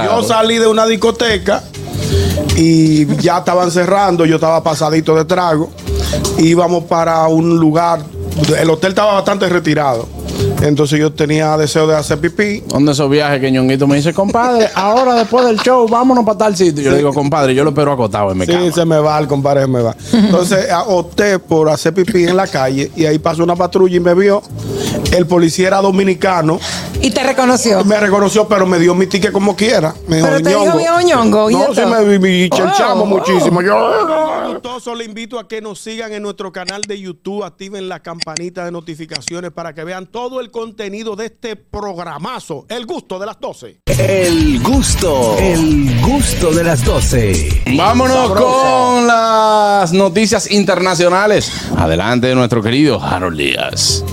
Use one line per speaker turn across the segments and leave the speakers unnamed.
Ah,
Yo salí de una discoteca y ya estaban cerrando, yo estaba pasadito de trago. Íbamos para un lugar, el hotel estaba bastante retirado. Entonces yo tenía deseo de hacer pipí.
¿Dónde esos viajes que ñonguito me dice, compadre, ahora después del show, vámonos para tal sitio? Yo le digo, compadre, yo lo espero acotado en mi
Sí,
cama.
se me va, el compadre se me va. Entonces a- opté por hacer pipí en la calle y ahí pasó una patrulla y me vio. El policía era dominicano,
Y te reconoció.
me reconoció, pero me dio mi ticket como quiera. Me dijo,
Pero te dijo
"Ñongo".
viejo ñongo, y
No,
de
sí,
todo.
me, me chelchamos
Oh, oh.
muchísimo. Yo, gustoso, le invito a que nos sigan en nuestro canal de YouTube, activen la campanita de notificaciones para que vean todo el contenido de este programazo, El Gusto de las 12.
El gusto, el gusto de las 12.
Vámonos con las noticias internacionales. Adelante, nuestro querido Harold Díaz.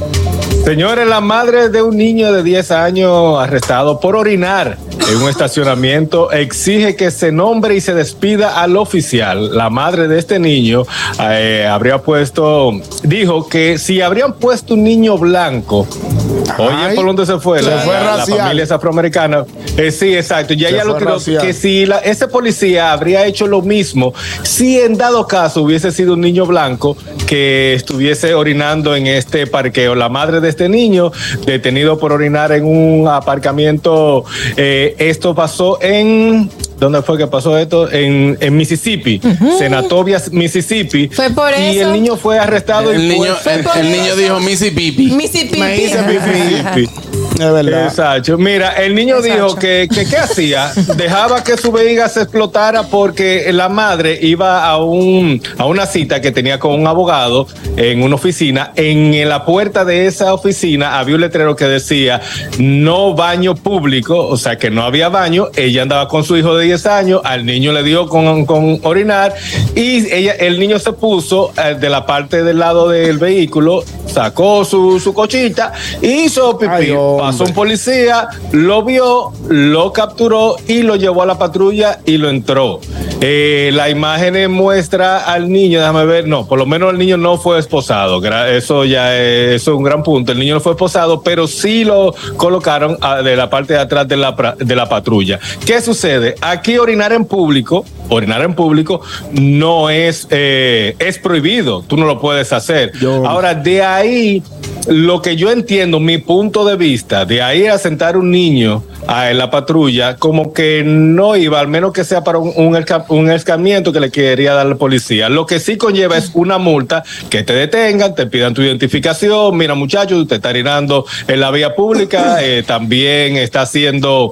Señores, la madre de un niño de 10 años arrestado por orinar en un estacionamiento exige que se nombre y se despida al oficial. La madre de este niño eh, habría puesto, dijo que si habrían puesto un niño blanco,
Ay,
oye, ¿por dónde se fue?
se
la,
fue
la- la
racial.
familia es afroamericana. Eh, sí, exacto. Ya
Se
ella lo
fue
tiró.
racial.
Que si la- ese policía habría hecho lo mismo, si en dado caso hubiese sido un niño blanco que estuviese orinando en este parqueo, la madre de este niño detenido por orinar en un aparcamiento, eh, esto pasó en ¿dónde fue que pasó esto? En, en Mississippi, Senatobia, Mississippi.
Fue por
y
eso.
el niño fue arrestado
El
y fue-
niño, el,
por
el
eso.
niño dijo Missy Pipi.
Missy Pipi.
Me hice pipí. Es verdad.
Exacto. Mira, el niño
Exacto.
dijo que, que ¿qué hacía? Dejaba que su vejiga se explotara porque la madre iba a, un, a una cita que tenía con un abogado en una oficina. En la puerta de esa oficina había un letrero que decía no baño público, o sea que no había baño. Ella andaba con su hijo de 10 años, al niño le dio con, con orinar y ella, el niño se puso eh, de la parte del lado del vehículo, sacó su, su cochita, hizo pipí,
Ay, hombre.
pasó un policía lo vio, lo capturó y lo llevó a la patrulla y lo entró. Eh, la imagen muestra al niño, déjame ver, no, por lo menos el niño no fue esposado, gra- eso ya es, eso es un gran punto, el niño no fue esposado, pero sí lo colocaron ah, de la parte de atrás de la, pra- de la patrulla. ¿Qué sucede? Aquí orinar en público, orinar en público no es, eh, es prohibido, tú no lo puedes hacer.
Yo-
Ahora, de ahí lo que yo entiendo, mi punto de vista, de ahí a sentar un niño a- en la patrulla, como que no iba, al menos que sea para un, un, esca- un escarmiento que le quería dar la policía. Lo que sí conlleva es una multa, que te detengan, te pidan tu identificación. Mira, muchachos, usted está orinando en la vía pública, eh, también está siendo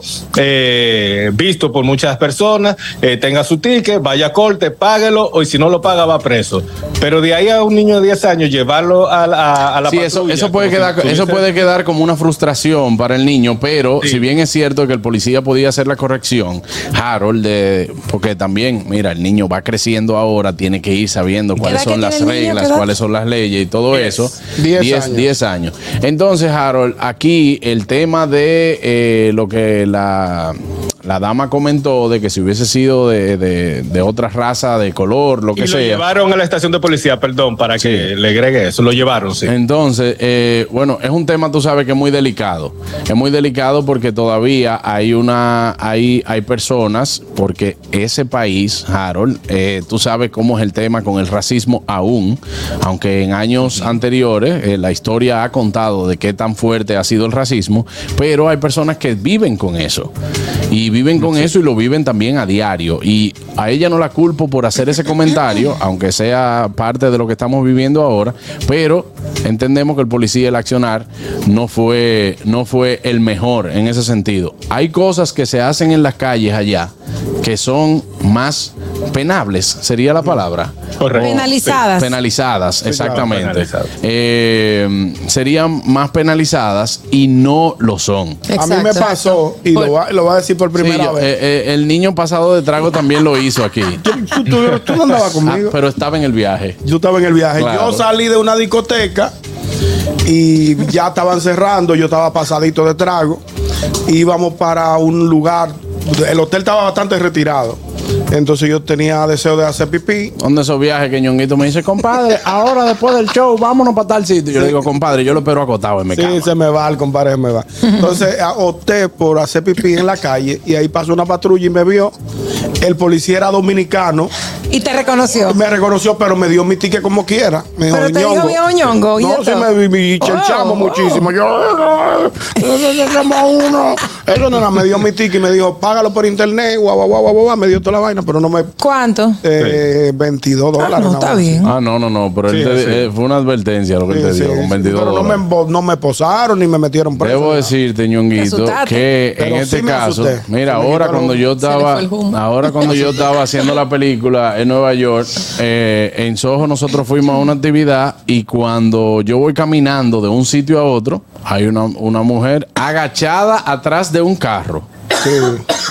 eh, visto por muchas personas, eh, tenga su ticket, vaya a corte, páguelo, o si no lo paga, va preso. Pero de ahí a un niño de 10 años, llevarlo a, la- a- a la
Sí, eso,
patrulla,
eso, puede
como si
quedar, eso
estuviese-
puede quedar como una frustración para el niño, pero
Sí.
si bien es cierto que el policía podía hacer la corrección, Harold, de, porque también, mira, el niño va creciendo ahora, tiene que ir sabiendo cuáles
edad que
son las
tiene el niño?
reglas,
¿Qué edad?
cuáles son las leyes y todo eso.
Diez
10
años.
10 años. Entonces, Harold, aquí el tema de eh, lo que la, la dama comentó, de que si hubiese sido de, de- de otra raza, de color, lo
Y
que
lo
sea.
llevaron a la estación de policía, perdón, para que le agregue eso. Lo llevaron, sí.
Entonces, eh, bueno, es un tema, tú sabes, que es muy delicado. Es muy delicado porque todavía hay una, hay, hay personas, porque ese país, Harold, eh, tú sabes cómo es el tema con el racismo aún, aunque en años anteriores eh, la historia ha contado de qué tan fuerte ha sido el racismo, pero hay personas que viven con eso y viven con eso y lo viven también a diario. Y a ella no la culpo por hacer ese comentario, aunque sea parte de lo que estamos viviendo ahora, pero entendemos que el policía, el accionar, no fue, no fue el mejor en ese sentido. Hay cosas que se hacen en las calles allá que son más penables, sería la palabra.
Correcto.
Penalizadas.
Penalizadas, exactamente.
penalizadas.
Eh, serían más penalizadas y no lo son.
a mí me pasó, y lo, va- lo voy a decir por primera
Sí, yo-
vez.
eh, eh, el niño pasado de trago también lo hizo aquí.
tú, tú- tú- tú no andabas
Ah,
conmigo.
pero estaba en el viaje.
Yo estaba en el viaje.
Claro.
Yo salí de una discoteca y ya estaban cerrando. Yo estaba pasadito de trago. Íbamos para un lugar. El hotel estaba bastante retirado. Entonces yo tenía deseo de hacer pipí.
¿Dónde esos viajes que ñonguito me dice, compadre, ahora después del show, vámonos para tal sitio? Yo le digo, compadre, yo lo espero acotado en mi
Sí,
cama.
se me va, el compadre se me va. Entonces a- opté por hacer pipí en la calle y ahí pasó una patrulla y me vio. El policía era dominicano,
Y te reconoció.
me reconoció, pero me dio mi ticket como quiera. Me
Pero te dijo
"Ñongo".
viejo ñongo, y
No,
esto.
sí me vi, vi- chenchamos
Oh,
muchísimo. Yo, "Eh, tenemos uno. Eso no era, me dio mi ticket y me dijo, págalo por internet, guau, guau, guau, guau, guau. Me dio toda la vaina, pero no me.
¿Cuánto?
eh, 22
Ah,
dólares.
no,
nada
está
más.
bien.
Ah, no, no, no, pero él
Sí,
te-
sí.
eh, fue una advertencia lo que
Sí,
él Pues te
sí,
dio,
sí,
con 22
pero no me,
dólares.
embo- no me posaron ni me metieron preso.
Debo
nada.
decirte, ñonguito,
asustaste.
que en
Pero
este
sí me
caso,
asusté.
mira,
Se me
ahora
quitó lo-
cuando yo
le
estaba,
fue el humo.
ahora cuando yo estaba haciendo la película en Nueva York, eh, en Soho nosotros fuimos a una actividad y cuando yo voy caminando de un sitio a otro, hay una, una mujer agachada atrás de un carro.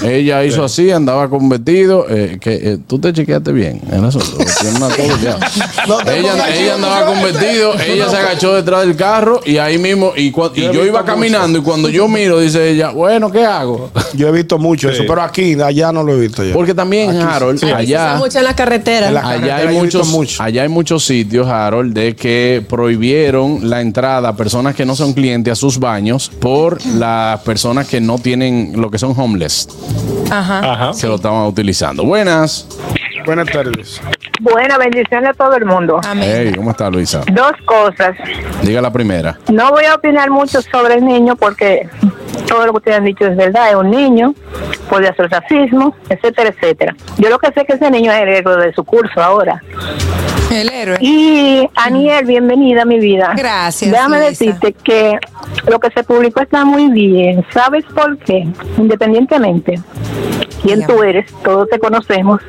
Ella hizo así, andaba con vestido. eh, que, eh, tú te chequeaste bien el asunto. porque tiene una todo ya.
No te
ella,
pongas
ella andaba con vestido, ella se agachó detrás del carro y ahí mismo. Y, cua- y
he
yo
visto
iba
mucho.
caminando y cuando yo miro, dice ella, bueno, ¿qué hago?
Yo he visto mucho eso, pero aquí, allá no lo he visto yo.
Porque también, Harold, allá.
mucho en la carretera.
En la-
Allá
carretera
hay,
yo he visto
muchos,
mucho.
allá hay muchos sitios, Harold, de que prohibieron la entrada a personas que no son clientes a sus baños por las personas que no tienen lo que son homeless,
Ajá.
Ajá.
que lo estaban utilizando. Buenas.
Buenas tardes.
Buena bendición a todo el mundo.
Amén.
Hey, ¿cómo está Luisa?
Dos cosas.
Diga la primera.
No voy a opinar mucho sobre el niño porque todo lo que ustedes han dicho es verdad. Es un niño, puede hacer racismo, etcétera, etcétera. Yo lo que sé es que ese niño es el héroe de su curso ahora.
El héroe.
Y Aniel, bienvenida a mi vida.
Gracias,
Déjame
Luisa.
decirte que lo que se publicó está muy bien. ¿Sabes por qué? Independientemente quién
Dígame.
tú eres, todos te conocemos.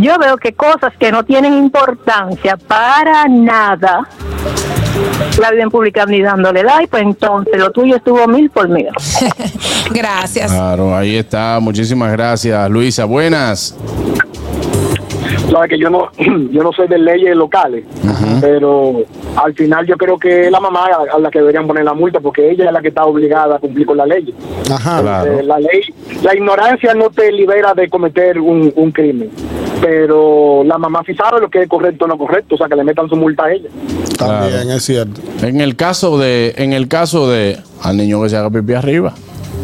Yo veo que cosas que no tienen importancia para nada la viven publicando y dándole like, pues entonces lo tuyo estuvo mil por mil.
Gracias.
Claro, ahí está. Muchísimas gracias, Luisa. Buenas.
sabes que yo no yo no soy de leyes locales pero al final yo creo que es la mamá a, a la que deberían poner la multa porque ella es la que está obligada a cumplir con la ley
Ajá.
Claro.
Eh, la ley la ignorancia no te libera de cometer un, un crimen pero la mamá sí sabe lo que es correcto o no correcto o sea que le metan su multa a ella
También es cierto.
En el caso de, en el caso de al niño que se haga pipí arriba.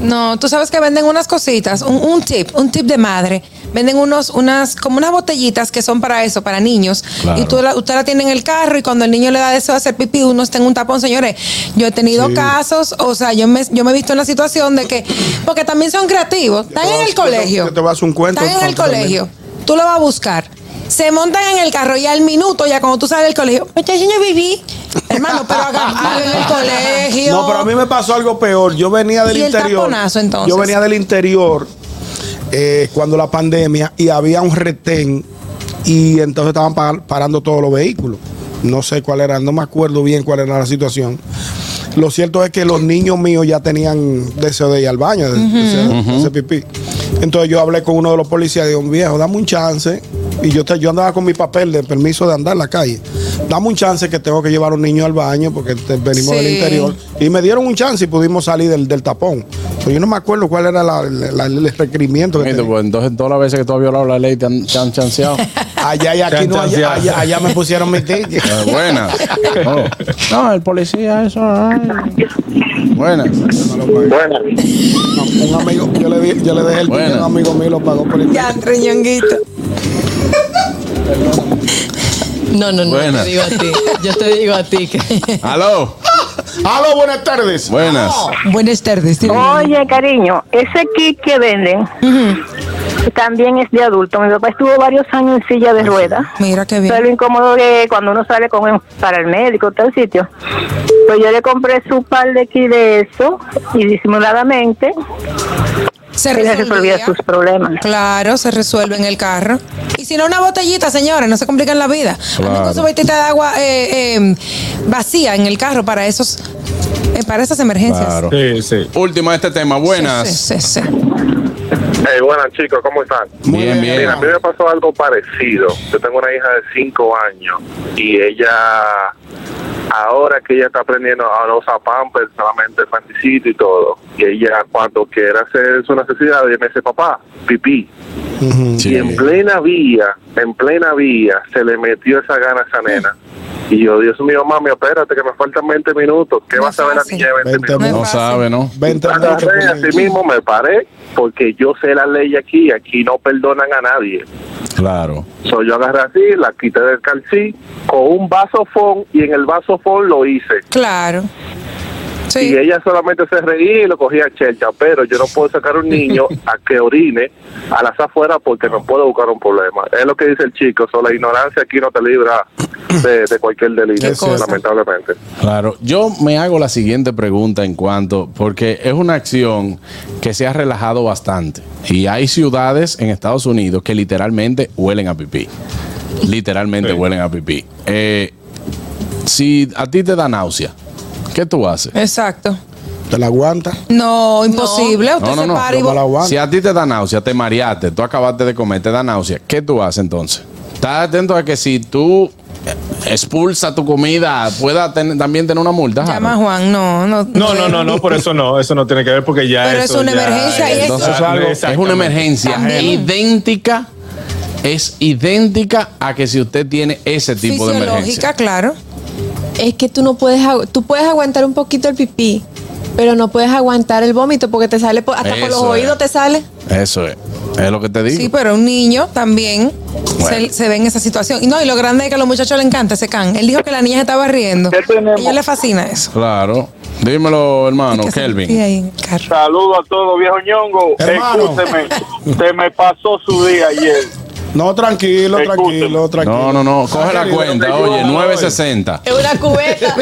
No, tú sabes que venden unas cositas, un, un tip, un tip de madre. Venden unos, unas, como unas botellitas que son para eso, para niños.
Claro.
Y tú la, usted la tiene en el carro y cuando el niño le da deseo de hacer pipí, uno está en un tapón, señores. Yo he tenido
Sí.
casos, o sea, yo me, yo me he visto en la situación de que, porque también son creativos, están
voy a-
en el
yo te-
colegio.
yo te voy a hacer un cuento,
Están en el
Juan, también.
colegio. Tú lo vas a buscar. Se montan en el carro y al minuto, ya cuando tú sales del colegio, muchacho, yo viví. Hermano, pero hagan algo en el colegio.
No, pero a mí me pasó algo peor. Yo venía del
¿Y el
interior.
taponazo, entonces?
Yo venía del interior eh, cuando la pandemia y había un retén y entonces estaban pa- parando todos los vehículos. No sé cuál era, no me acuerdo bien cuál era la situación. Lo cierto es que los niños míos ya tenían deseo de ir al baño, de, deseo de hacer pipí. Entonces yo hablé con uno de los policías y dije, viejo, dame un chance. Y yo, te- yo andaba con mi papel de permiso de andar en la calle. Dame un chance que tengo que llevar a un niño al baño porque te- venimos del
Sí.
interior. Y me dieron un chance y pudimos salir del, del tapón. Pero yo no me acuerdo cuál era la- la- la- el requerimiento que
Mira,
tenía.
pues, entonces, todas las veces que tú has violado la ley te han, te han chanceado.
Allá y aquí no, allá, allá- allá me pusieron mi ticket.
Eh, buenas. Oh. No, el policía, eso. ay. Buenas.
bueno
Un amigo, yo le, di- yo le dejé el ticket a un
Bueno.
amigo mío y lo pagó por el
Ya, treñonguito.
No, no, no.
Buenas.
Yo te digo a ti. Yo te digo a ti que.
Aló.
Aló, buenas tardes.
Buenas.
Buenas tardes.
Oye, cariño, ese kit que venden también es de adulto. Mi papá estuvo varios años en silla de ruedas.
Mira qué
Pero lo
bien.
incómodo que cuando uno sale con él para el médico, tal sitio. Pues yo le compré su par de aquí de eso y disimuladamente
Se
él resolvía
resolvía.
sus problemas.
Claro, se resuelve en el carro. Y si no, una botellita, señores, no se complican la vida. Anden
Claro.
con su botellita de agua eh, eh, vacía en el carro para esos, eh, para esas emergencias.
Claro.
Sí, sí.
Última de este tema. Buenas.
Sí, sí, sí, sí.
Hey, eh, buenas chicos, ¿cómo están?
Muy
Bien,
bien.
Mira, a mí
bien.
me pasó algo parecido. Yo tengo una hija de 5 años y ella, ahora que ella está aprendiendo a no usar pampers, solamente fanticito y todo, y ella cuando quiera hacer su necesidad, ella me dice, papá, pipí.
Sí.
Y en plena vía, en plena vía, se le metió esa gana a esa nena. Y yo, Dios mío, mami, espérate, que me faltan 20 minutos. ¿Qué
No
vas a ver la
fácil.
niña de 20
Veinte
minutos?
minutos.
No sabe, ¿no?
Veinte minutos
Agarré,
por
así
ahí.
mismo me paré, porque yo sé la ley aquí, aquí no perdonan a nadie.
Claro.
So, yo agarré así, la quité del calcí, con un vaso fond, y en el vaso fond lo hice.
Claro. Sí.
Y ella solamente se reía y lo cogía a chelcha, pero yo no puedo sacar un niño a que orine a las afueras porque no puedo buscar un problema. Es lo que dice el chico, so, la ignorancia aquí no te libra de, de cualquier delito,
Qué cosa.
lamentablemente.
Claro, yo me hago la siguiente pregunta en cuanto, porque es una acción que se ha relajado bastante y hay ciudades en Estados Unidos que literalmente huelen a pipí, literalmente huelen a pipí. Eh, si a ti te da náusea, ¿qué tú haces?
Exacto.
¿Te la aguanta?
No, imposible. Usted
No, no,
se
no,
para y
no me la
vo-
aguanta.
Si a ti te da náusea, te mareaste, tú acabaste de comer, te da náusea, ¿qué tú haces entonces? Estás atento a que si tú expulsas tu comida, pueda tener- también tener una multa.
llama a
Harold.
Juan. No, no.
No, no, no, no, por eso no, eso no tiene que ver porque ya
Pero es
eso
una
ya
emergencia y
es-
eso-
Entonces,
Exacto,
es, algo- es una
exactamente.
emergencia
También.
idéntica. Es idéntica a que si usted tiene ese tipo de
Fisiológica,
emergencia.
claro.
Es que tú no puedes, agu- tú puedes aguantar un poquito el pipí, pero no puedes aguantar el vómito porque te sale, por- hasta por los
Eso es.
oídos te sale.
Eso es. Es lo que te digo.
Sí, pues. pero un niño también
Bueno.
se, se ve en esa situación. Y no, y lo grande es que a los muchachos le encanta ese can. Él dijo que la niña se estaba riendo.
¿Qué
A
tenemos?
ellos les fascina eso.
Claro. Dímelo, hermano,
Que se
Kelvin.
metía ahí en el carro.
Saludos a todos, viejo ñongo.
Hermano.
Escúcheme, se me pasó su día ayer.
No, tranquilo,
Escúcheme.
tranquilo, tranquilo.
No, no, no. Coge la
Tranquilo,
cuenta,
tranquilo,
oye,
no,
960.
Es una cubeta.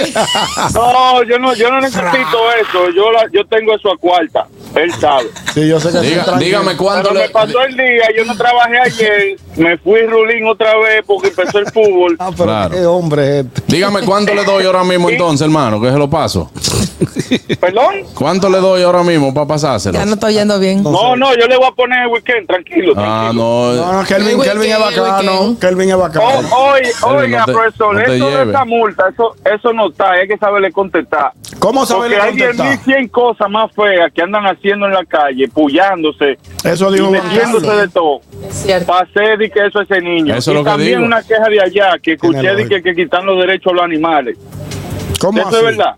No, yo no, yo no necesito eso. Yo la, yo tengo eso a cuarta. Él sabe.
Sí, yo sé que sí,
Diga-
tranquilo.
dígame cuánto
Pero
le.
me pasó el día, yo no trabajé ayer, me fui rulín otra vez porque empezó el fútbol.
Ah, pero
Claro.
qué hombre es este.
Dígame cuánto le doy ahora mismo entonces, hermano, que se lo paso.
¿Perdón?
¿Cuánto le doy ahora mismo para pasárselo?
Ya no está oyendo bien.
No, no, yo le voy a poner el weekend, tranquilo,
Ah,
tranquilo.
no.
No, no, Kelvin,
El
Kelvin es
weekend, el
bacano.
weekend.
Kelvin es
Oh,
bacano.
oye,
Pero
oiga,
no te-
profesor,
no te
eso de
lleves.
esa multa, eso, eso no está, hay que saberle contestar.
¿Cómo
Porque
sabe
hay 10.100 cosas más feas que andan haciendo en la calle, pullándose,
Eso dijo
y
Juan
metiéndose
Carlos.
de todo.
Es cierto.
Pasé de que eso es ese niño.
Eso
y
es lo que
también
digo.
una queja de allá, que escuché
Tiene
de que, que quitan los derechos a los animales.
¿Cómo
Eso es
así?
verdad.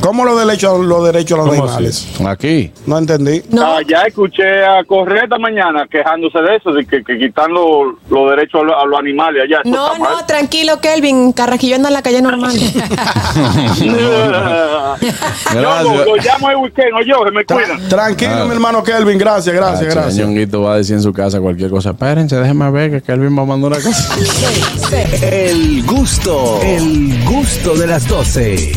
¿Cómo los derechos los derechos a los
¿Cómo
animales?
Aquí.
No entendí.
No,
Ah, ya escuché a Correa esta mañana quejándose de eso, de que, que quitan los los derechos a, los- a los animales allá. Eso
no,
está mal.
no, tranquilo, Kelvin. Carrasquillo anda en la calle normal.
Yo
Gracias.
lo, lo llamo el weekend, oye, que me cuidan.
Tra- tranquilo,
Claro.
mi hermano Kelvin. Gracias, gracias,
Ah,
gracias.
Ñonguito va a decir en su casa cualquier cosa. Espérense, déjenme ver que Kelvin va a mandar una cosa.
El gusto, el gusto de las 12.